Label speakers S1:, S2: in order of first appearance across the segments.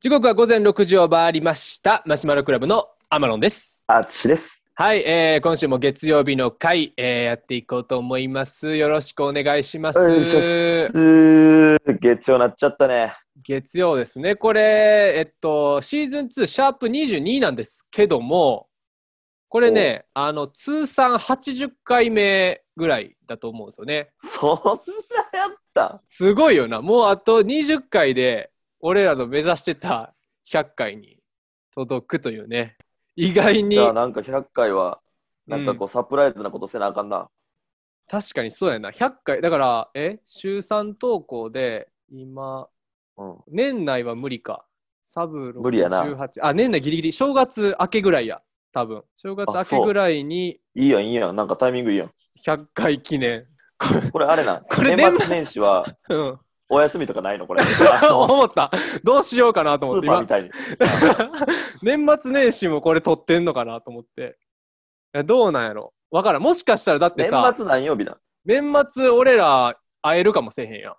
S1: 時刻は午前6時を回りました。マシュマロクラブのアマロンです。
S2: あっちです。
S1: はい、えー、今週も月曜日の回、えー、やっていこうと思います。よろしくお願いします。
S2: よいしょっす月曜なっちゃったね。
S1: 月曜ですね。これ、えっと、シーズン2、シャープ22なんですけども、これね、あの、通算80回目ぐらいだと思うんですよね。
S2: そんなやった
S1: すごいよな。もうあと20回で、俺らの目指してた100回に届くというね。意外に
S2: じ、ゃあなんか100回は、なんかこうサプライズなことせなあかんな。
S1: 確かにそうやな。100回、だから、え週3投稿で、今、
S2: うん。
S1: 年内は無理か。サブ6、
S2: 無理やな
S1: 18。あ、年内ギリギリ。正月明けぐらいや。多分。正月明けぐらいに
S2: いいやん、いいやん。なんかタイミングいいやん。
S1: 100回記念。
S2: これあれな。
S1: これ
S2: 年末年始は
S1: うん。
S2: お休みとかないの これ。あの
S1: 思った。どうしようかなと
S2: ス
S1: 思っ
S2: ー
S1: て。
S2: パー
S1: 今
S2: み、たいに。
S1: 年末年始もこれ撮ってんのかなと思って。いや、どうなんやろ。わからん。もしかしたらだって
S2: 年
S1: さ、
S2: 末何曜日だ
S1: 年末俺ら会えるかもしれへんやん。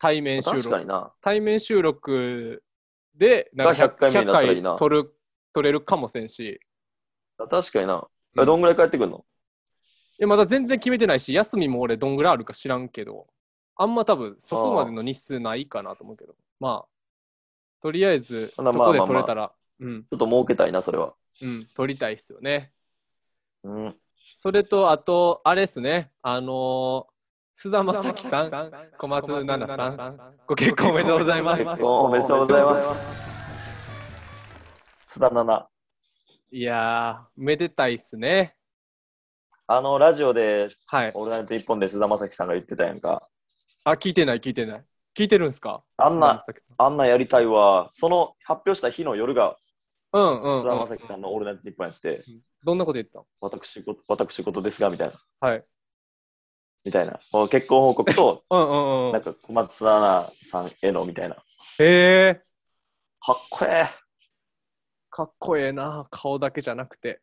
S1: 対面収
S2: 確
S1: 録
S2: か。にな。
S1: 対面収録でなん
S2: が
S1: か100
S2: 100回目になったらいいな
S1: 100回撮る撮れるかもせんし
S2: 確かにな。
S1: うん
S2: えどんぐらい帰ってくんの
S1: いやまだ全然決めてないし休みも俺どんぐらいあるか知らんけどあんま多分そこまでの日数ないかなと思うけどまあとりあえずそ
S2: まあ
S1: こで
S2: まあまあ
S1: 撮れたらうん
S2: ちょっと儲けたいな、それは。
S1: うん撮りたいっすよね
S2: うん。
S1: それとあとあれっすねあのー菅田将暉さん小松菜奈さんご結婚おめでとうございます
S2: 結婚おめでとうございます。須田奈々。
S1: いやーめでたいっすね
S2: あの、ラジオで
S1: はい
S2: オールナイト一本で菅田将暉さんが言ってたやんか。
S1: あ聞いてない聞いてない聞いてるんすか
S2: あんな
S1: 菅田将暉さん
S2: あんなんやりたいわ。その発表した日の夜が
S1: うんうん、
S2: 菅
S1: う
S2: 田
S1: ん
S2: 将暉さんのオールナイト一本やって、
S1: どんなこと言ってたの
S2: 私事、私事ですが、みたいな。
S1: はい。
S2: みたいな。こう結婚報 告と、
S1: うんうんうん。
S2: なん
S1: へ
S2: か小松菜奈さんへのみたいな。
S1: え
S2: かっこえ
S1: かっこええな、顔だけじゃなくて。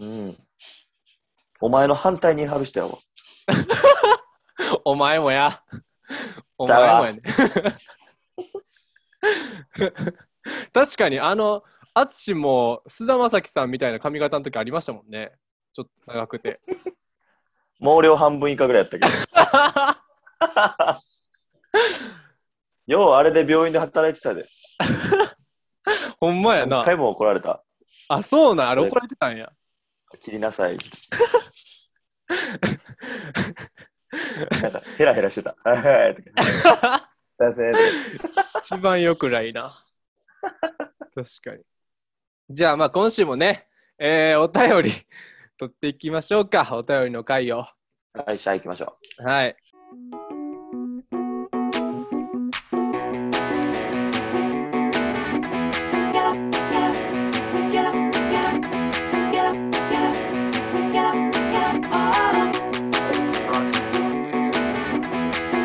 S2: え。うん。お前の反対に張る人やわ。
S1: お前も や。お
S2: ちゃう
S1: 前
S2: わ
S1: もやね。 確かに、あの、淳も菅田将暉さんみたいな髪型の時ありましたもんね。ちょっと長く て。
S2: 毛量半分以下ぐらいやったけど。 よう、あれで病院で働いてたで。
S1: ほんまや
S2: 何
S1: な。
S2: 回も怒られた。
S1: あ、そうなん、あれ怒られてたんや。
S2: 切りなさい。なんかヘラヘラしてた。 はいはいとか。だせーとか
S1: 一番よくないな。確かに。じゃあ、まあ今週もね、えーお便り取っていきましょうか。お便りの回を。
S2: はい、じゃあ行きましょ
S1: はい。
S3: Get up, get up, get up, get up, get up, get up, get up, get up, oh.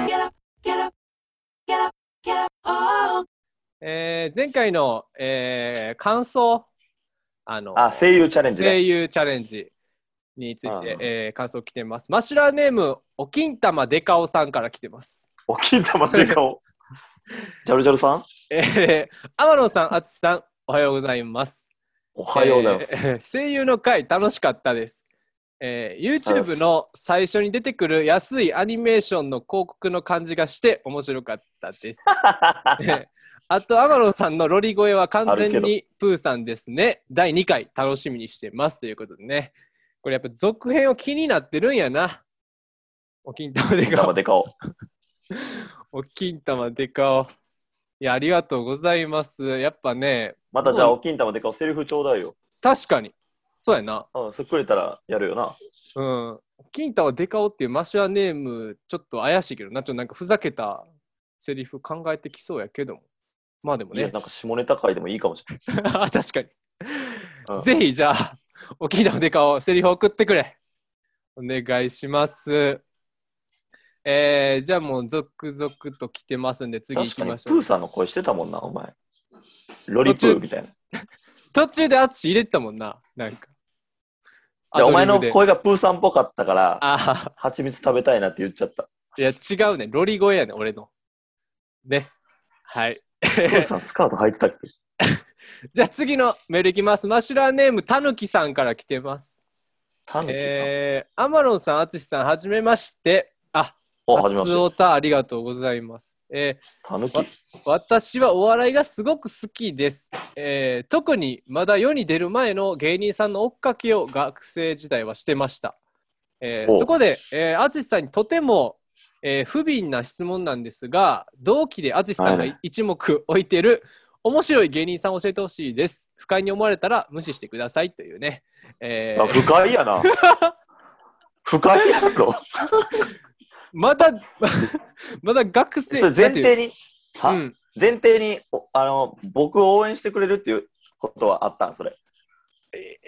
S3: Get up, get up, get up, get up, oh.
S1: えー前回の、えー感想、あの
S2: う。あ、声優チャレンジ
S1: 声
S2: ね。
S1: 優チャレンジについ
S2: うん
S1: て、えー感想来てます。マシュラーネーム、お金玉でかおさんから来てます。
S2: お金玉で 顔。ジャルジャルさん
S1: えー、天野さん、淳さん、おはようございます。
S2: おはようございます。
S1: えー声優の回楽しかったです、えー YouTube の最初に出てくる安いアニメーションの広告の感じがして面白かった ですえーあと天野さんのロリ声は完全
S2: ある
S1: にプーさんですね第2回楽しみにしてますということでねこれやっぱ続編を気になってるんやなお金玉で
S2: 金玉
S1: か
S2: で顔。
S1: おお金玉でかおいやありがとうございますやっぱね
S2: またじゃあ、お金玉で顔、セリフちょうだいよ。
S1: 確かにそうやな
S2: うん、そっくれたらやるよな。
S1: うん。金太はデカオっていうマシュアネーム、ちょっと怪しいけどな、ちょっとなんかふざけたセリフ考えてきそうやけども。まあでも
S2: いや、
S1: ね。
S2: なんか下ネタ回でもいいかもしれ
S1: 確かに。
S2: ない。うん
S1: ぜひじゃあ、お金太のデカオ、セリフ送ってくれ。お願いします。えー、じゃあもう続々と来てますんで、次行き
S2: 確かに、プ
S1: ましょう
S2: ー。さんの声してたもんな、お前。ロリプーみたいな。
S1: 途中で淳入れてたもんな、なんか。
S2: でお前の
S1: アドリブで。
S2: 声がプーさんっぽかったから、
S1: あ
S2: 蜂蜜食べたいなって言っちゃった。
S1: あ、いや違うね。ロリ声やね、俺の。ね。はい。
S2: 父さんスカート履いてたっけ
S1: じゃあ次のメールいきます。マシュラーネームたぬきさんから来てます。
S2: タヌキさん。
S1: えー、アマロンさん、あつしさん、はじめまして。あ、
S2: お、はじめま
S1: 初オ
S2: して。
S1: タありがとうございます。え
S2: タヌキ。
S1: ー私はお笑いがすごく好きです、えー特にまだ世に出る前の芸人さんの追っかけを学生時代はしてました。えー
S2: お
S1: そこで、えー、あつしさんにとても、えー不憫な質問なんですが、同期であつしさんが
S2: はい
S1: 一目置いてる面白い芸人さんを教えてほしいです。不快に思われたら無視してくださいというね。えー
S2: あ、不快やな。 不快や ろ。
S1: まだ、 まだ学生。
S2: それ前
S1: なんてい
S2: 提
S1: う
S2: に、
S1: う
S2: は
S1: ん、
S2: 前提に、おあの、僕を応援してくれるっていうことはあったんそれ。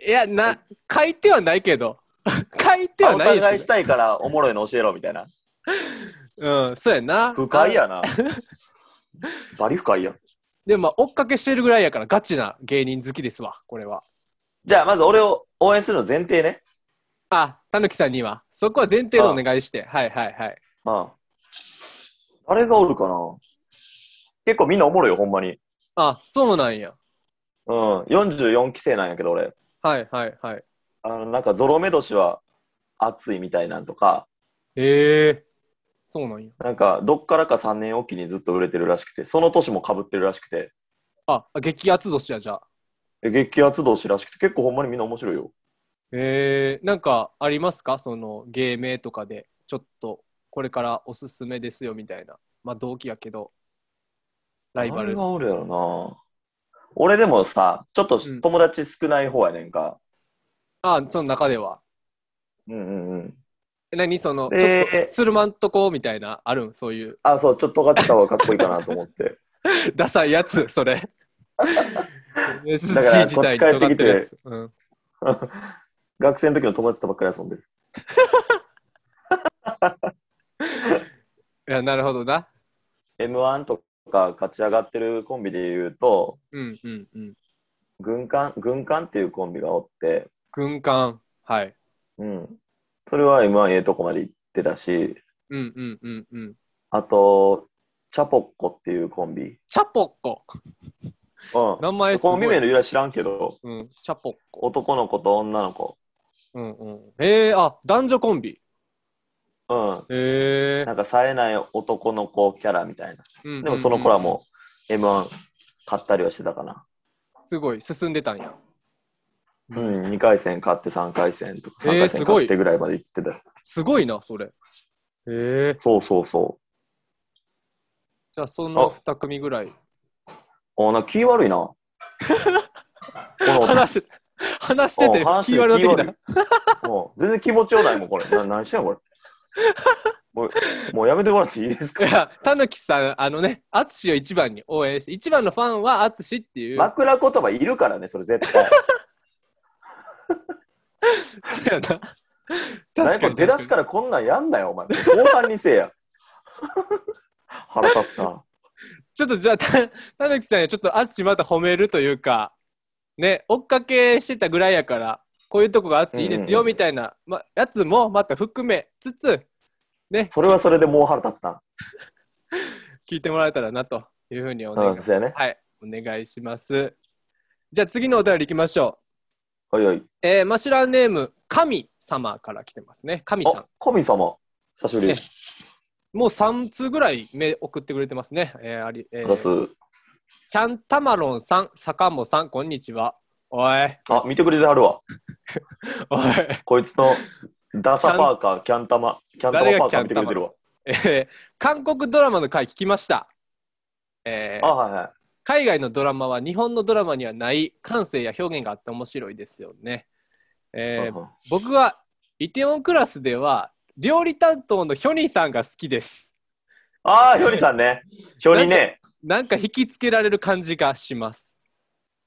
S1: いや、な、書いてはないけど。 書いて
S2: あ
S1: は
S2: お
S1: ない
S2: 互
S1: で
S2: いし
S1: す
S2: たいからおもろいの教えろみた いな。
S1: けど。うん、そうやな。
S2: 不快 やな。バリ不快や。
S1: あ。でも、まあ、追っかけしてるぐらいやから、ガチな芸人好きですわ、これは。
S2: じゃあ、まず俺を応援するの前提ね。
S1: あ、たぬきさんには。そこは前提でお願いして。はいはいはい。
S2: ああ。誰がおるかな結構みんなおもろいよ、ほんまに。
S1: あ、そうなんや。
S2: うん。44期生なんやけど、俺。
S1: はいはいはい。
S2: あの、なんか、ゾロ目年は暑いみたいなんとか、
S1: ええそうなんや。
S2: なんか、どっからか3年おきにずっと売れてるらしくて、その年も被ってるらしくて、
S1: あ、激アツ年や、じゃあ。
S2: で激アツ年らしくて、結構ほんまにみんな面白いよ。
S1: えー、なんかありますかその芸名とかでちょっとこれからおすすめですよみたいなまあ同期やけどライバ
S2: 誰
S1: ル
S2: がおるやろな俺でもさ、ちょっと
S1: うん
S2: 友達少ない方やねんか。
S1: あその中では
S2: うんうんうん。
S1: え何その、
S2: で
S1: ちょっとつるまんとこみたいなあるんそういう
S2: あ、そう、ちょっと尖ってた方がかっこいいかなと思って。
S1: ダサいやつそれ
S2: だか
S1: SG
S2: ら
S1: 時
S2: こっ
S1: 代
S2: ち
S1: に
S2: 帰っ
S1: 尖
S2: て
S1: っ
S2: きて
S1: てるやつ、うん、
S2: 学生の時の友達とばっかり遊んでる。
S1: いやなるほどな
S2: M1 とか勝ち上がってるコンビで言うと、
S1: うんうんうん
S2: 軍艦、軍艦っていうコンビがおって、
S1: 軍艦はい
S2: うん。それは M1 ええとこまで行ってたし、
S1: うんうんうんうん
S2: あと、チャポッコっていうコンビ。うん。
S1: チャポッコ名前すごい
S2: コンビ名の由来知らんけど、
S1: うんチャポッコ
S2: 男の子と女の子。
S1: うんうんえー、あ男女コンビ
S2: う
S1: へえ
S2: ん。なんか冴えない男の子キャラみたいな。でもその子らも M1 買ったりはしてたかな。
S1: すごい進んでたんや。
S2: うん、2回戦勝って3回戦とか、
S1: えー
S2: 3回戦
S1: すごい
S2: 勝ってぐらいまで行ってた。
S1: すごいな、それ。へえ。
S2: そうそうそう。
S1: じゃあ、その2組ぐらい。
S2: おなんか気悪 いな。この
S1: 話、 話してて、
S2: お話して
S1: キ
S2: て
S1: ーワード的な。
S2: もう全然気持ちよないもん、これ。な何してんの、これ。もうもうやめてもらっていいです
S1: い
S2: か
S1: や、たぬきさん、あのね、あつしを一番に応援して、一番のファンはあつしって いう。
S2: 枕言葉いるからね、それ絶 対。
S1: そうやな。確か
S2: 何
S1: に
S2: これ出だしからこんなんやんなよ、お前。後半にせ えや。腹立つな。
S1: ちょっとじゃあ、たたぬきさんにはちょっとあつしまた褒めるというか、ね、追っかけしてたぐらいやから、こういうとこがあつしいいです
S2: うんうんう
S1: よ、
S2: ん
S1: みたいな、ま、やつもまた含めつつ、
S2: それはそれでもう腹立つな。
S1: 聞いてもらえたらなというふうにお願いし
S2: う
S1: ま
S2: ん、
S1: す
S2: そうやね。
S1: はい、お願いします。じゃあ次のお便りいきましょ
S2: おいおい。
S1: う。えー、マシュラーネーム、神様から来てますね。神さ
S2: あ、神様。久しぶり。
S1: ねん。もう3通ぐらい目送ってくれてますね。えー、あり、え
S2: プラス
S1: ー、。キャンタマロンさん、坂本さん、こんにちは。おい、
S2: あ、見てくれてはるわ。
S1: おい、
S2: こいつのダサパーカー、キャンタマ、キャンタ
S1: 誰が
S2: マパー
S1: キ
S2: カー
S1: ャ
S2: 見
S1: ン
S2: てく
S1: タ
S2: れて
S1: マ
S2: る
S1: ロン
S2: わ。
S1: えー、韓国ドラマの回聞きました。えー
S2: あ、はいはい。
S1: 海外のドラマは日本のドラマにはない感性や表現があって面白いですよね。えー
S2: うんうん
S1: 僕はイテウォンクラスでは料理担当のヒョニーさんが好きです。
S2: ああ、ひょりさんね。ひょりね。
S1: なんか引きつけられる感じがします。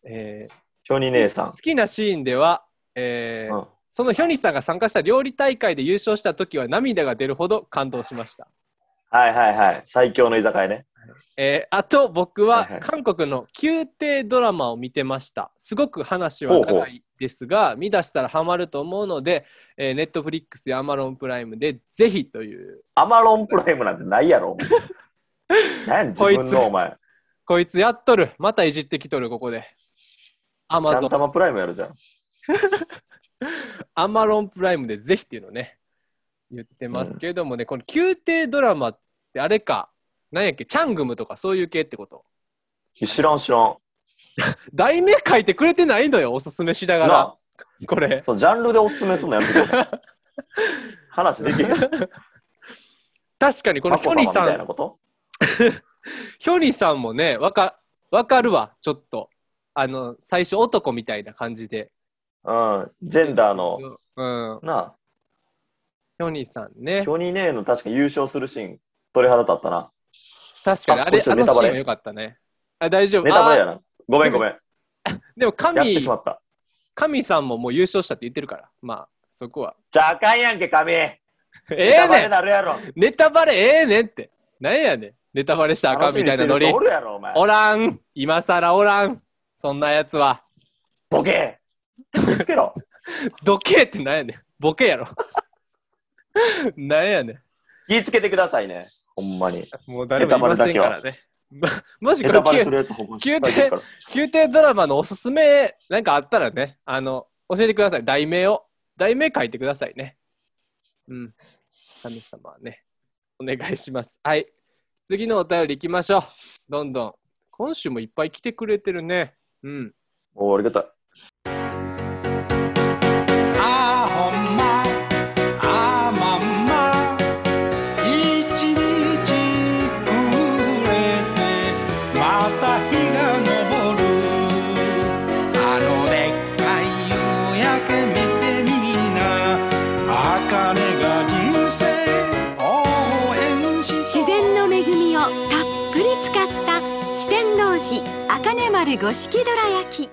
S1: えー
S2: ひょり姉さん
S1: 好。きなシーンでは、えー
S2: うん
S1: そのヒョニーさんが参加した料理大会で優勝した時は涙が出るほど感動しました。
S2: はいはいはい。最強の居酒屋ね。
S1: えーあと僕
S2: は
S1: はい
S2: はい
S1: 韓国の宮廷ドラマを見てました。すごく話は
S2: ほうほ
S1: 長
S2: う
S1: いですが、見出したらハマると思うので、えー、ネットフリックスやアマロンプライムでぜひという、
S2: アマロンプライムなんてないやろ。お前何やねん自分
S1: こいつ
S2: のお前。
S1: こいつやっとる。またいじってきとる、ここで。アマ
S2: キャ
S1: ゾ
S2: ン
S1: ン、
S2: タマプライムやるじゃん。
S1: アマロンプライムでぜひっていうのをね、言ってますけどもね、この宮廷ドラマってあれか、なんやっけ、チャングムとかそういう系ってこと。
S2: 知らん知らん。
S1: 題名書いてくれてないのよ、おすすめしながら
S2: な。
S1: これ
S2: あ、。そのジャンルでおすすめするのやめてくれ。 話できへん。
S1: 確かにこの
S2: マ
S1: ヒ
S2: コ
S1: ョ
S2: 様
S1: ニ
S2: み
S1: さ
S2: たい
S1: ん
S2: なこと
S1: ヒョニさんもね、わか、わかるわ、ちょっと。あの、最初男みたいな感じで。
S2: うん。ジェンダーの、
S1: うん。
S2: な
S1: ヒョニさん
S2: あ、
S1: ね
S2: キ。ョニーネーの確か優勝するシーン、鳥肌立ったな。
S1: 確かに、
S2: あ
S1: あれ、
S2: こ
S1: あ
S2: っちの
S1: の
S2: ネタ
S1: シ
S2: バレ
S1: ーンは良かったね。あ、大丈夫。
S2: ネタバレ
S1: あ
S2: やな。ごめんごめん。
S1: ーでも
S2: やって
S1: 神
S2: し、まった。
S1: 神さんももう優勝したって言ってるから。まあ、そこは。
S2: じゃああかんやんけ、髪。え
S1: ええねん
S2: なるやろ。
S1: ネタバレええねんって。なんやねん。ネタバレしたらあかんみたいなノ
S2: 楽し
S1: リ
S2: みにしてる人お。るやろ、お前。
S1: おらん。今更おらん。そんなやつは。
S2: ボケつけろ。
S1: どけってなんやねん。ボケや ろ。なんやねん。
S2: 気ぃつけてくださいね。ほんまに。
S1: もう誰もいませんからね。ま もし
S2: ネタ
S1: こ
S2: バレ
S1: れ
S2: するやつほんまに
S1: 宮
S2: 失敗するから。
S1: 宮宮廷ドラマのおすすめなんかあったらね、あの、教えてください。題名を。題名書いてくださいね。うん。神様はね、お願いします。はい。次のお便り行きましょう。どんどん。今週もいっぱい来てくれてるね。うん。
S2: おーありがたい。
S4: あほんまあまんま一日暮れてまた日が昇るあのでっかい夕焼け見てみんな茜が人生応援し
S5: 自然の恵みをたっぷり使った四天王寺茜丸五色どら焼き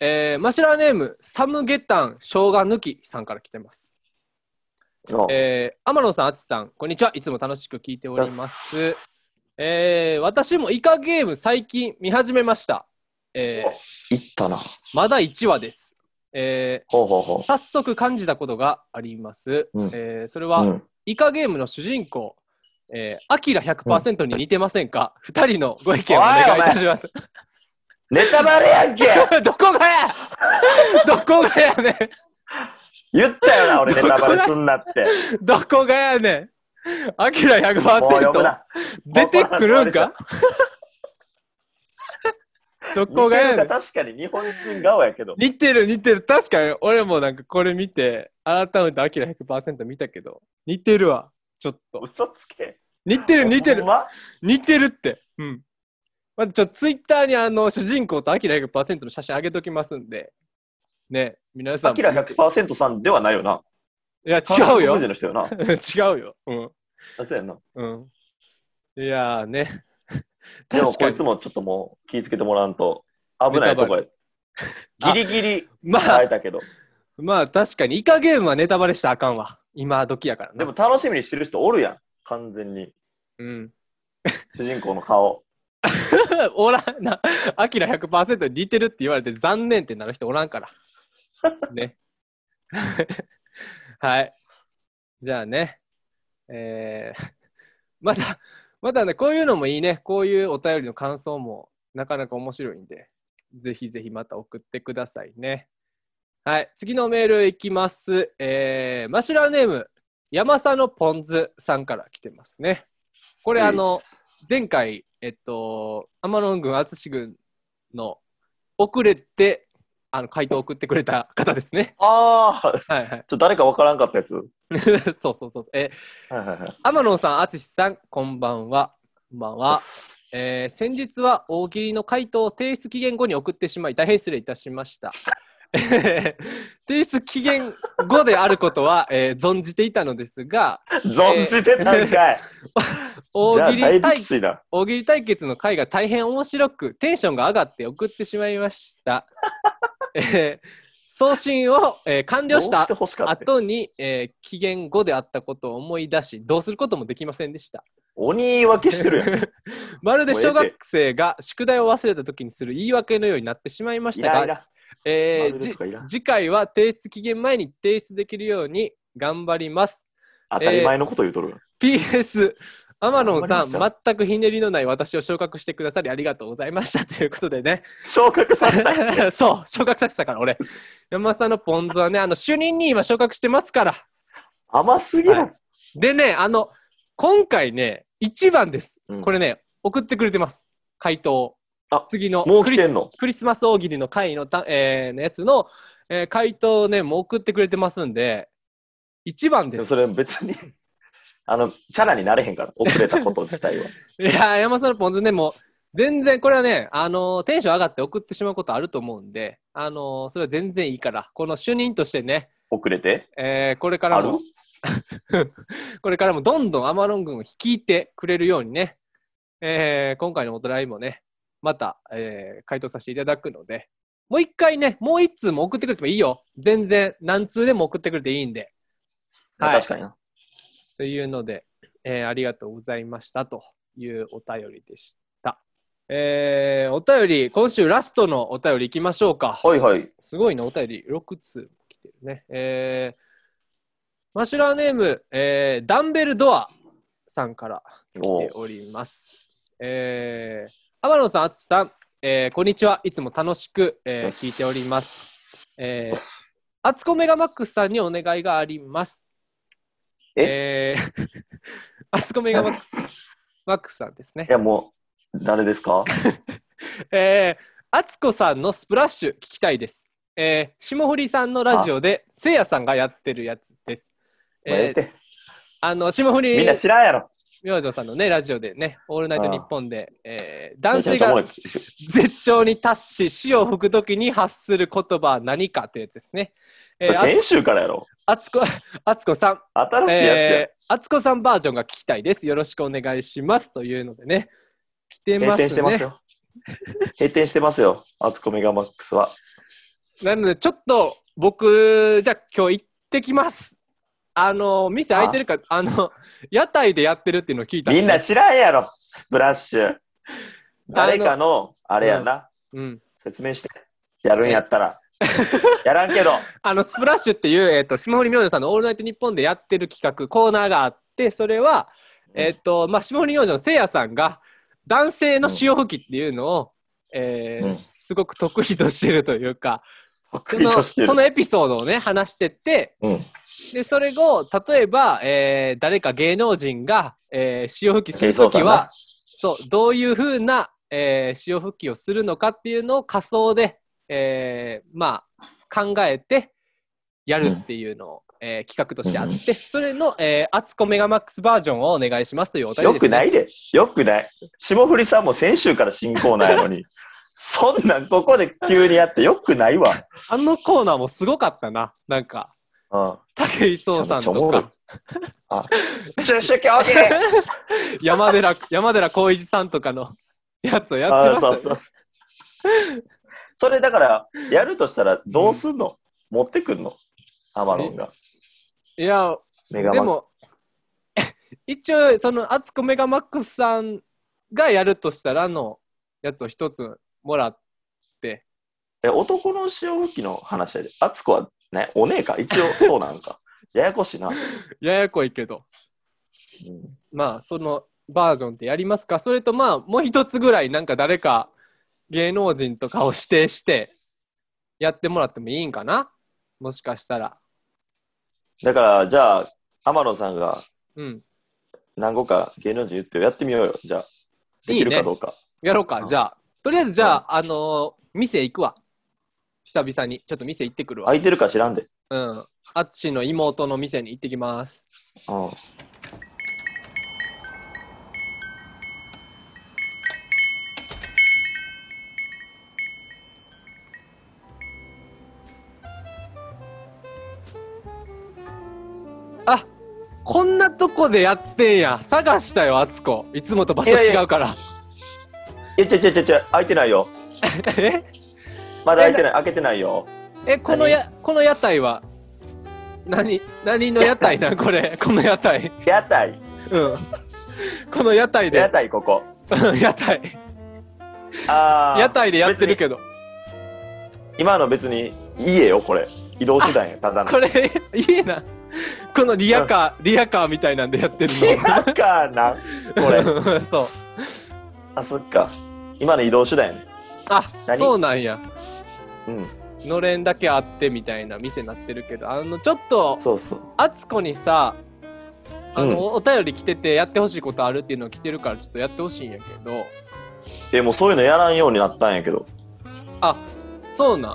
S1: えー、マシュラーネーム、サムゲタン生姜抜きさんから来てます。
S2: あ
S1: えー、天野さん、淳さん、こんにちは。いつも楽しく聞いております。えー、私もイカゲーム最近見始めました。えー、
S2: いったな。
S1: まだ1話です。え
S2: ほうほうほ
S1: ー、早速感じたことがあります。
S2: うん
S1: えー、それ
S2: う。
S1: は、
S2: うん、
S1: イカゲームの主人公、えー、アキラ100%に似てませんか、二人のご意見をお願いいたします。
S2: ネタバレやんけ
S1: どこがやどこがやねん
S2: 言ったよな、俺
S1: どこ
S2: ネ
S1: が
S2: タバレすんなって。
S1: どこがやねんアキラ
S2: もう読む
S1: 100%
S2: な。
S1: 出てくるんか どこがやねん
S2: 似てるか確かに日本人顔やけど。
S1: 似てる似てる確かに俺もなんかこれ見て改めてアキラ100%見たけど似てるわちょっと
S2: 嘘つけ。
S1: 似てる似てる
S2: ほんま
S1: 似てるってうんまあちょツイッターにあの主人公とアキラ100%の写真上げときますんでね皆さん
S2: ア
S1: も
S2: キラ100%さんではないよな。
S1: いや違う
S2: 韓
S1: よ
S2: 国人の人よな。
S1: 違うようん
S2: あそうやんな。
S1: うんいやーね
S2: でも
S1: 確
S2: こ
S1: か
S2: い
S1: に
S2: つもちょっともう気ぃつけてもらわんと危ないとこや。
S1: タバ
S2: ギリギリ
S1: まあ
S2: 会えたけど。
S1: まあ確かにイカゲームはネタバレしたらあかんわ今時やからな
S2: でも楽しみにしてる人おるやん。完全に。
S1: うん
S2: 主人公の顔。
S1: おらんな、アキラ100%に似てるって言われて残念ってなる人おらんから。ね。はい。じゃあね。えー、 また、またね、こういうのもいいね。こういうお便りの感想もなかなか面白いんで、ぜひぜひまた送ってくださいね。はい。次のメールいきます。えー、マシュラーネーム、山佐のポン酢さんから来てますね。こ
S2: こ
S1: れあの、前回、えっと、天野軍、淳軍の遅れてあの回答を送ってくれた方ですね。
S2: ああ、ちょっ
S1: はい はい。
S2: と誰かわからんかったやつ。は
S1: そうそうそう。え
S2: いはいはい。
S1: 天野さん、淳さん、こんばんは。こんばんは。えー先日は大喜利の回答を提出期限後に送ってしまい、大変失礼いたしました。 えー提出期限後であることは、えー存じていたのですが、
S2: 存じてたんかい。じゃ
S1: 大
S2: あ
S1: 喜
S2: だい
S1: 利
S2: ぶ
S1: 対
S2: きついな。
S1: 大喜利対決の回が大変面白くテンションが上がって送ってしまいました、 えー送信を、えー完
S2: ど
S1: 了
S2: う
S1: し
S2: したてほしかった
S1: 後に、えー期限後であったことを思い出しどうすることもできませんでした
S2: 鬼言い訳してるやん。
S1: まるで
S2: もうええて
S1: 小学生が宿題を忘れた時にする言い訳のようになってしまい まし
S2: い
S1: た
S2: らん
S1: が
S2: いらん。
S1: えー
S2: まるでとかいらん
S1: じ次回は提出期限前に提出できるように頑張ります
S2: 当たり前のこと言うとる。
S1: PS、アマロンさ
S2: 頑張りましょ
S1: ん、全くひねりのない私を昇格してくださりありがとうございましたということで ね。
S2: 昇格させたい。
S1: そう、昇格させたから、俺。山田さんのポン酢はね、あの、主任に今昇格してますから。
S2: 甘すぎる。
S1: はでね、あの、今回ね、一番です。
S2: うん
S1: これね、送ってくれてます。回答を
S2: あ
S1: 次の
S2: もう
S1: ク
S2: 来
S1: リ
S2: て
S1: ス
S2: んの
S1: クリスマス大喜利の回のた、えーのやつの、えー回答をね、もう送ってくれてますんで、一番
S2: で
S1: で
S2: も
S1: す。
S2: それ別に、あの、チャラになれへんから、遅れたこと自 体は。
S1: いやー、山さんのポン酢ね、もう、全然、これはね、あのーテンション上がって送ってしまうことあると思うんで、あのーそれは全然いいから、この主任としてね、
S2: 遅れて
S1: えーこれか
S2: あ
S1: ら
S2: る
S1: も、 これからもどんどんアマロン軍を率いてくれるようにね、えー今回のおトライもね、また、えー回答させていただくので、もう一回ね、もう一通も送ってくれてもいいよ。全然、何通でも送ってくれていいんで。
S2: まあ
S1: はい
S2: 確かにな。
S1: というので、えーありがとうございましたというお便りでした。えーお便り、今週ラストのお便りいきましょうか。
S2: はいはい。
S1: すごいな、お便り6通来てるね。えーマシュラーネーム、えーダンベルドアさんから
S2: お
S1: 来
S2: う
S1: ております。えー、天野さん、あつさん、えーこんにちは。いつも楽しく、えー聞いております。えー、あつこメガマックスさんにお願いがあります。えー、あつこメガマックス、マックスさんですね
S2: い。や、もう、誰ですか
S1: えー、あつこさんのスプラッシュ聞きたいです。えー、霜降りさんのラジオで、せいやさんがやってるやつです。
S2: もうえ
S1: え
S2: え
S1: ー
S2: て
S1: あの、霜降り
S2: みんな知らんやろ。
S1: 明星さんのね、ラジオでね、オールナイトニッポンで、えー男
S2: めちゃ
S1: 性
S2: めちゃおもろ
S1: が
S2: い。
S1: 絶頂に達し、死を吹くときに発する言葉は何かというやつですね。えー、あ
S2: 先週からやろ。
S1: あつこ、あつこさん、
S2: 新しいやつや。
S1: えー、あつこさんバージョンが聞きたいです。よろしくお願いします。というのでね、来て
S2: 閉
S1: ます
S2: 店してます
S1: ね。
S2: よ。閉店してますよ。アツコメガマックスは。
S1: なので、ちょっと僕、じゃあ今日行ってきます。あの、店開いてるか、あの、屋台でやってるっていうのを聞いたで
S2: みんな知らんやろ。スプラ ッシュ。誰かの、あれやな。
S1: うん。
S2: 説明して。やるんやったら。やらんけど。
S1: あの、スプラッシュっていう、えっ、と、霜降り明星さんのオールナイトニッポンでやってる企画、コーナーがあって、それは、えっ、と、まあ、霜降り明星のせいやさんが、男性の潮吹きっていうのを、えー
S2: うん
S1: すごく得意としてるというか、 そ
S2: 得意
S1: の、
S2: としてる
S1: そのエピソードをね、話してって、
S2: うん。
S1: で、それを、例えば、えー誰か芸能人が、えー潮吹きするときは、そう、どういうふうな、えー潮吹きをするのかっていうのを仮想で、えーまあ、考えてやるっていうのを、えー企画としてあって、それの、えー、アツコメガマックスバージョンをお願いしますというお便り
S2: よ
S1: です、ね。
S2: くないで。よくない。霜降りさんも先週から新コーナーやのに。 そんなんここで急にやってよくないわ。
S1: あのコーナーもすごかったな。なんか、
S2: うん。
S1: 武井壮さん
S2: めちゃめちゃお
S1: と
S2: もろい
S1: か、
S2: 中 止競技
S1: 山寺、山寺浩一さんとかのやつをやって
S2: あ
S1: ました
S2: あそ
S1: よね
S2: うそうそうそれだから、やるとしたらどうすんの、持ってくんのアマロンが。
S1: いや、
S2: メガ
S1: で
S2: マック
S1: も、 一応、その、アツコメガマックスさんがやるとしたらのやつを一つもらって、
S2: え、男の潮吹きの話やで。あつこはね、お姉か。一応そうな んか。ややこしいな。
S1: ややこいけど、
S2: うん
S1: まあ、そのバージョンでやりますか、それとまあ、もう一つぐらい、なんか誰か芸能人とかを指定して、やってもらってもいいんかなもしかしたら。
S2: だから、じゃあ、アマロンさんが
S1: うん。
S2: 何個か芸能人言ってやってみようよ。じゃあ、で
S1: いい
S2: きる
S1: ね
S2: かど。うか。
S1: やろうか、
S2: うん
S1: じゃあ。とりあえず、じゃあ、あのー店行くわ。久々に。ちょっと店行ってくるわ。
S2: 空いてるか知らんで。
S1: うん。あつしの妹の店に行ってきます。
S2: うん。
S1: あこんなとこでやってんや探したよあつこいつもと場所違う から
S2: いや、ちゃちゃちゃちゃ、空いてないよ。まだ空いてない、開けてないよ。
S1: ええこのやこの屋台は何何の屋台なんこれこの屋台
S2: 屋台、
S1: うんこの屋台で
S2: 屋台ここ。
S1: うん屋台
S2: あー
S1: 屋台でやってるけど
S2: 別に今の別に、いいえよ、これ。移動手段や、ただの。
S1: これいいなこのリアカー、リアカーみたいなんでやってる
S2: 違うかな、これ。
S1: の。そう。
S2: あ、そっか。今の移動手段やね。
S1: あ、
S2: 何
S1: そうなんや。
S2: うん、
S1: のれんだけあってみたいな店になってるけど、あの、ちょっと、
S2: そうそう。
S1: あつこにさ、あの、
S2: うん
S1: お便り来ててやってほしいことあるっていうの来てるからちょっとやってほしいんやけど、
S2: え、もうそういうのやらんようになったんやけど。
S1: あ、そうなん。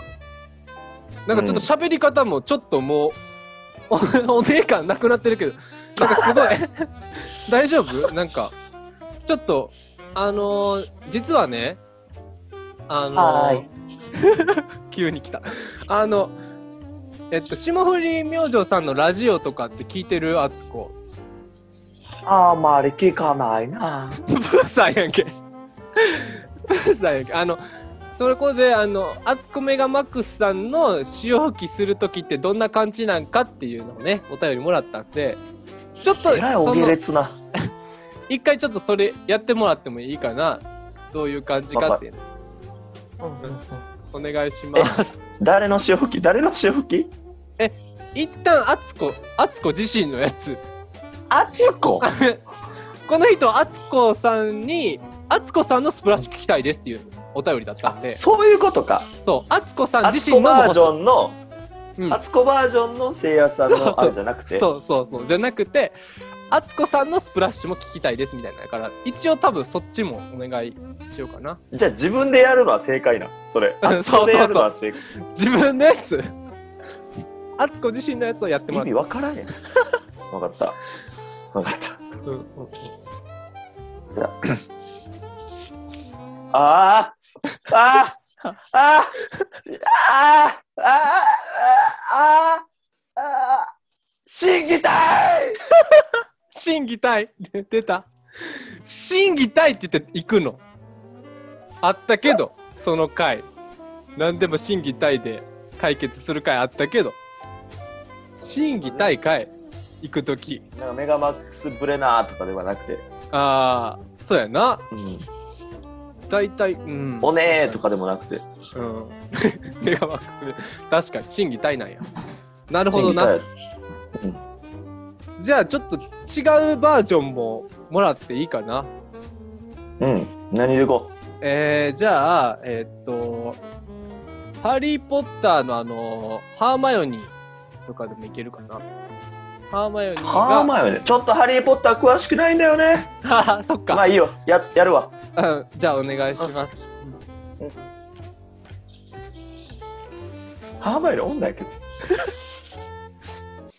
S1: なんかちょっと喋り方もちょっともう、 おお姉感なくなってるけど、なんかすごい、 大丈夫なんか、ちょっと、あのー実はね、あのー
S2: はーい
S1: 急に来た。あの、えっと、霜降り明星さんのラジオとかって聞いてるあつこ。
S2: あんまり聞かないな。
S1: プーさんやんけ。プーさんやんけ。あの、それこで、あの、あつこメガマックスさんの使用機するときってどんな感じなんかっていうのをね、お便りもらったんで、ちょっと、
S2: えらいお
S1: そ
S2: 下
S1: の、
S2: 劣な。
S1: 一回ちょっとそれやってもらってもいいかな。どういう感じかっていうの。お願いします。
S2: 誰の塩吹き誰の塩吹き
S1: 一旦、あつこ、あつこ自身のやつ。
S2: あつこ
S1: この人、あつこさんに、あつこさんのスプラッシュ聞きたいですっていうお便りだった
S2: あ
S1: んで、
S2: そういうことか。
S1: そう、あつこさ
S2: あ
S1: ん
S2: つ
S1: 自身
S2: こ
S1: のも
S2: バー
S1: 欲し
S2: ジ
S1: い
S2: ョンの、
S1: うん
S2: あつこバージョンのせいやさん
S1: そうそう
S2: のあれじゃなくて。
S1: そうそうそうじゃなくてあつこさんのスプラッシュも聞きたいですみたいなのやから一応多分そっちもお願いしようかな
S2: じゃあ自分でやるのは正解な。それ。
S1: うん
S2: あつこでやるのは正解。
S1: 自分のやつあつこ自身のやつをやっても
S2: 意
S1: らって
S2: 味わからんやん。わかった。わかった。
S1: うんうん
S2: あああああああああああ審議隊
S1: 審議隊出た審議隊って言って行くのあったけどその回何でも審議隊で解決する回あったけど審議隊かい行く時
S2: なんかメガマックスブレナーとかではなくて、
S1: ああそうやな
S2: うん、
S1: 大体、うん。
S2: おねーとかでもなくて、
S1: うん。メガマックスベ確かに、審議体なんや。なるほどな。
S2: 審議隊
S1: じゃあ、ちょっと違うバージョンももらっていいかな。
S2: うん、何でいこ
S1: えー、じゃあ、えーっと、ハリー・ポッターのあの、ハーマヨニーとかでもいけるかな。ハーマヨニー
S2: う。
S1: が。
S2: ハーマヨネ。ちょっとハリー・ポッター詳しくないんだよね。
S1: あー そっ
S2: まあ
S1: か。
S2: いいよ、ややるわ。
S1: うん、じゃあ、お願いし ます。
S2: ハーマヨネおんだけど。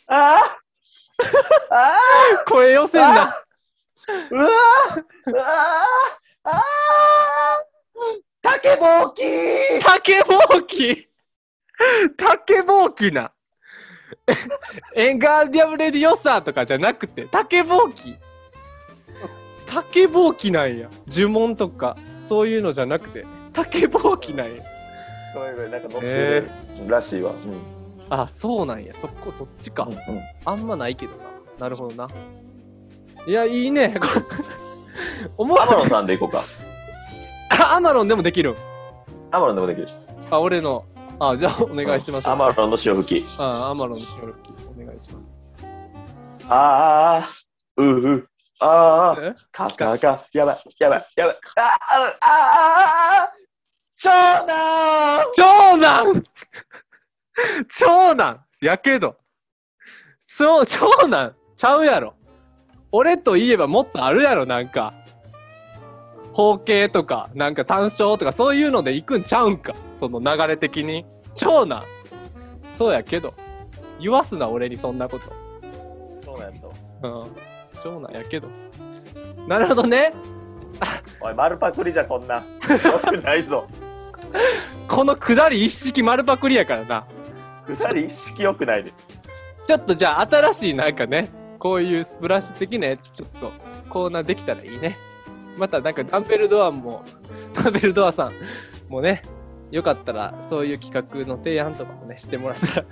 S2: あああ
S1: 声寄せんな。
S2: うわーうわーああ竹ぼうきー
S1: 竹ぼうき竹ぼうきなエンガーディアム・レディオサーとかじゃなくて竹ぼうき竹ぼうきなんや呪文とかそういうのじゃなくて竹ぼうきなんや
S2: ごめんごめん、なんか乗って
S1: え
S2: るらしいわ。うん
S1: あそうなんやそこそっちか
S2: うんうん
S1: あんまないけどななるほどないやいいね こ思
S2: アマ
S1: わ
S2: ロンさんでいこうか。
S1: あアマロンでもできるん
S2: アマロンでもできる。
S1: あ俺のあじゃあお願いします
S2: アマロンの潮吹き。
S1: あアマロンの協力お願いします
S2: ああ、うう、ああ、
S1: え
S2: かかか、やばい、やばい、やばい。ああ、ああ、長男
S1: 長男長男やけど。そう、長男ちゃうやろ。俺といえばもっとあるやろ、なんか。包茎とか、なんか単勝とか、そういうので行くんちゃうんか。その流れ的に。長男そうやけど。言わすな、俺にそんなこと。
S2: 長男やったわ
S1: うん。長男やけど。なるほどね。
S2: おい、丸パクリじゃこんな。よくないぞ。
S1: このくだり一式丸パクリやからな。
S2: 腐り一式よくないで。
S1: ちょっとじゃあ新しいなんかね、こういうスプラッシュ的なやつ、ちょっとコーナーできたらいいね。またなんかダンベルドアも、 ダンベルドアさんもね、よかったらそういう企画の提案とかもね、してもらったら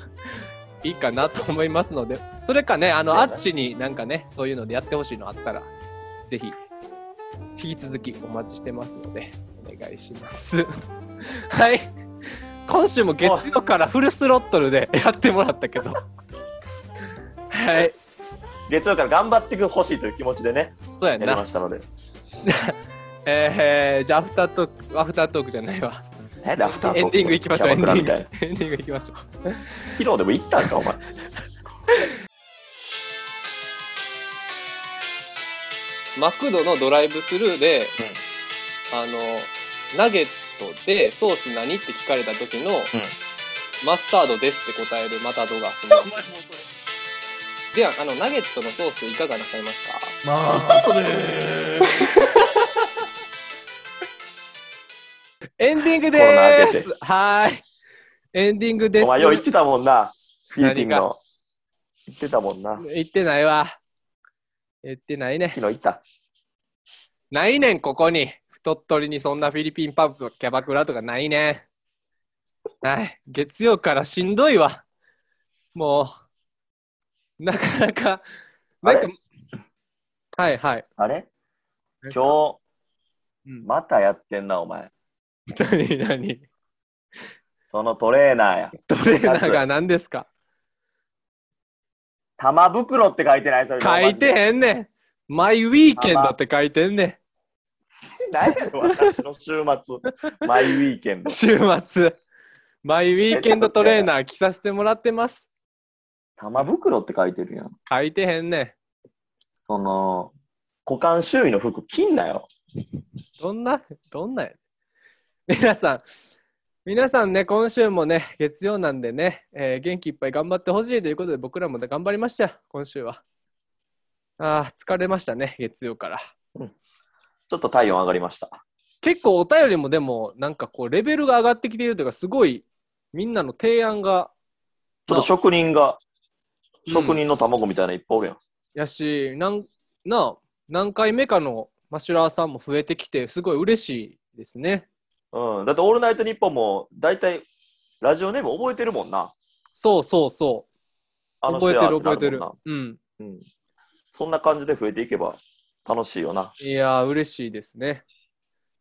S1: いいかなと思いますので、それかね、あ
S2: そう
S1: の、
S2: やな
S1: アツシになんかね、そういうのでやってほしいのあったら、ぜひ、引き続きお待ちしてますので、お願いします。 はい。 今週も月曜からフルスロットルでやってもらったけど。はい。
S2: 月曜から頑張ってほしいという気持ちでね、
S1: そうやん
S2: やりま
S1: な。
S2: したので。
S1: えー、じゃあ、アフタートーク、アフタートークじゃないわ。
S2: え、でアフタート
S1: エ
S2: ーク
S1: ンディングいきましょう、エ
S2: キ
S1: ンデ
S2: ャバクラ
S1: ィン
S2: み
S1: グ。
S2: た
S1: エ
S2: い
S1: ン
S2: な。
S1: ディングいきましょう。
S2: 披露でも行ったんか、お前。
S6: マクドのドライブスルーで、あの、ナゲットでソース何って聞かれた時の、マスタードですって答えるマタ ドが。では、あの、ナゲットのソースいかがなさいますか
S7: マスタードでーす。
S1: エンディング
S2: コーナー
S1: で
S2: 開け
S1: ーす。はーい。エンディングです。
S2: お前よう言ってたもんな。フィリピン
S1: 何
S2: の。言ってたもんな。昨
S1: 言ってないわ。言ってないね。
S2: 日行った。
S1: ないねん、ここに。太っ鳥にそんなフィリピンパブとかキャバクラとかないねん。はい。月曜からしんどいわ。もう、なかなか、な
S2: あ
S1: ん
S2: れ
S1: か、はいはい。
S2: あれ今日、
S1: うん
S2: またやってんな、お前。
S1: 何何
S2: そのトレーナーや。
S1: トレーナーが何ですか
S2: 玉袋って書いてないそれ。
S1: 書いてへんねん。マイウィーケンドって書いてんねん。
S2: ないやろ、私の 週末。マイウィーケンド。
S1: 週末、マイウィーケンドトレーナー着させてもらってます。
S2: 玉袋って書いてるやん。
S1: 書いてへんねん。
S2: その、股間周囲の服、切んなよ。
S1: どんな、どんなや皆さん、皆さんね、今週もね、月曜なんでね、えー元気いっぱい頑張ってほしいということで、僕らもね頑張りましたよ、今週は。あー疲れましたね、月曜から。
S2: ちょっと体温上がりました。
S1: 結構お便りもでも、なんかこう、レベルが上がってきているというか、すごい、みんなの提案が、
S2: ちょっと職人が、
S1: うん
S2: 職人の卵みたいな一方おるやん。
S1: やし、なんなあ何回目かのマシュラーさんも増えてきて、すごい嬉しいですね。
S2: うん、だって「オールナイトニッポン」も大体ラジオネーム覚えてるもんな。
S1: そうそうそう。
S2: あの人
S1: 覚えて
S2: や
S1: る覚え
S2: って
S1: て
S2: な
S1: る
S2: もん。
S1: うん。
S2: なうん。そんな感じで増えていけば楽しいよな。
S1: いやー、嬉しいですね。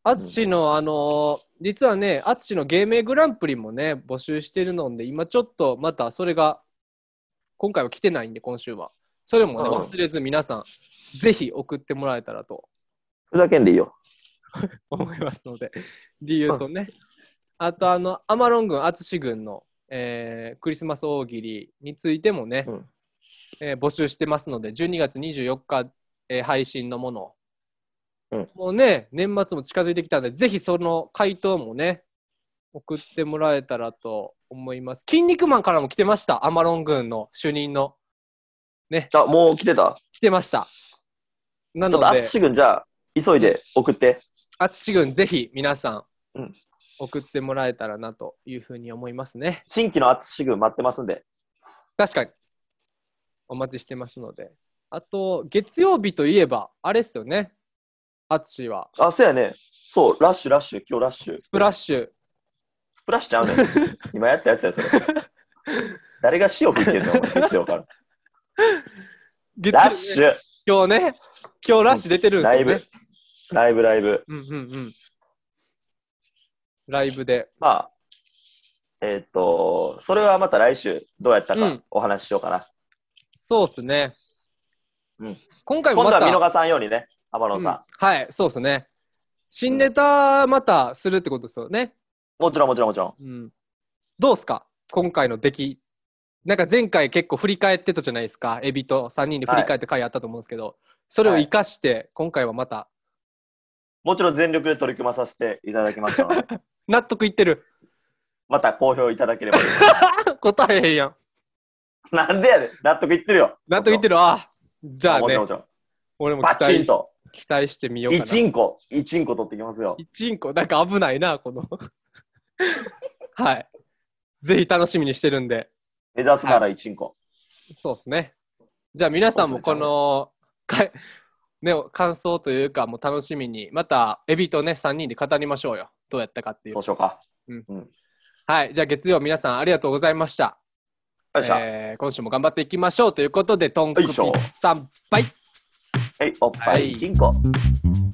S1: あつしの、あのー実はね、あつしの芸名グランプリもね、募集してるので、今ちょっとまたそれが、今回は来てないんで、今週は。それもね、
S2: うん
S1: 忘れず皆さん、ぜひ送ってもらえたらと
S2: ふざけんでいいよ。
S1: 思いますので、理由とね。あと、あの、アマロン軍、あつし軍の、えークリスマス大喜利についてもね、
S2: うん
S1: えー募集してますので、12月24日、えー配信のもの、
S2: うん
S1: もうね、年末も近づいてきたんで、ぜひその回答もね、送ってもらえたらと思います。筋肉マンからも来てました、アマロン軍の主任の。
S2: あもう来てた。
S1: 来てました。な
S2: ちょ
S1: の
S2: っと
S1: で、
S2: 淳君じゃあ急いで送って。
S1: あつし軍、ぜひ皆さん、
S2: うん
S1: 送ってもらえたらなというふうに思いますね。
S2: 新規の淳君待ってますんで。
S1: 確かに。お待ちしてますので。あと、月曜日といえば、あれっすよね。あつしは。
S2: あ、そうやね。そう、ラッシュラッシュ、今日ラッシュ。
S1: スプラッシュ。
S2: スプラッシュちゃう ねん。今やったやつや、それ。誰が塩吹いてんのお前、月曜 から。
S1: 月
S2: ラッシュ、
S1: 今日ね、今日ラッシュ出てるんです
S2: ライ
S1: よね
S2: ブ。、ライブ、ライブ。
S1: うんうんうん。ライブで。
S2: まあ、えーっ、と、それはまた来週どうやった
S1: う
S2: か
S1: ん
S2: お話ししようかな。
S1: そうっすね。
S2: うん
S1: 今回も
S2: 今度
S1: ま
S2: は
S1: た。
S2: 見逃さんようにね、天野
S1: うん
S2: さん。
S1: はい、そうっすね。新ネタまたするってことですよね。
S2: もちろんもちろんもちろん。
S1: うん。どうっすか今回の出来。なんか前回結構振り返ってたじゃないですか。エビと3人で振り返って回あったと思うんですけど、それを生かして、今回はまた、
S2: もちろん全力で取り組まさせていただきましたので、
S1: 納得いってる。
S2: また好評いただければ。
S1: 答えへんやん。
S2: なんでやで、納得いってるよ。
S1: 納得いって
S2: る。
S1: る。あじゃあ
S2: もち
S1: ね
S2: ろんも、ちろん。
S1: 俺も期
S2: バ
S1: 待
S2: チン
S1: し
S2: と、
S1: 期待してみようか
S2: 一
S1: な。
S2: チンコ、一チンコ取ってきますよ。
S1: 一ンコなんか危ないなこの はいぜひ楽しみにしてるんで
S2: 目指すなら一チンコ。
S1: そうですねじゃあ皆さんもこのかね感想というかもう楽しみにまたエビとね3人で語りましょうよどうやったかっていう
S2: そうしようか。
S1: はいじゃあ月曜皆さんありがとうございました、
S2: よいしょ。
S1: えー今週も頑張っていきましょうということでトンクピ
S2: よいしょ
S1: さんバイ
S2: はい、おっぱ
S1: はい
S2: い、チンコ。
S3: 「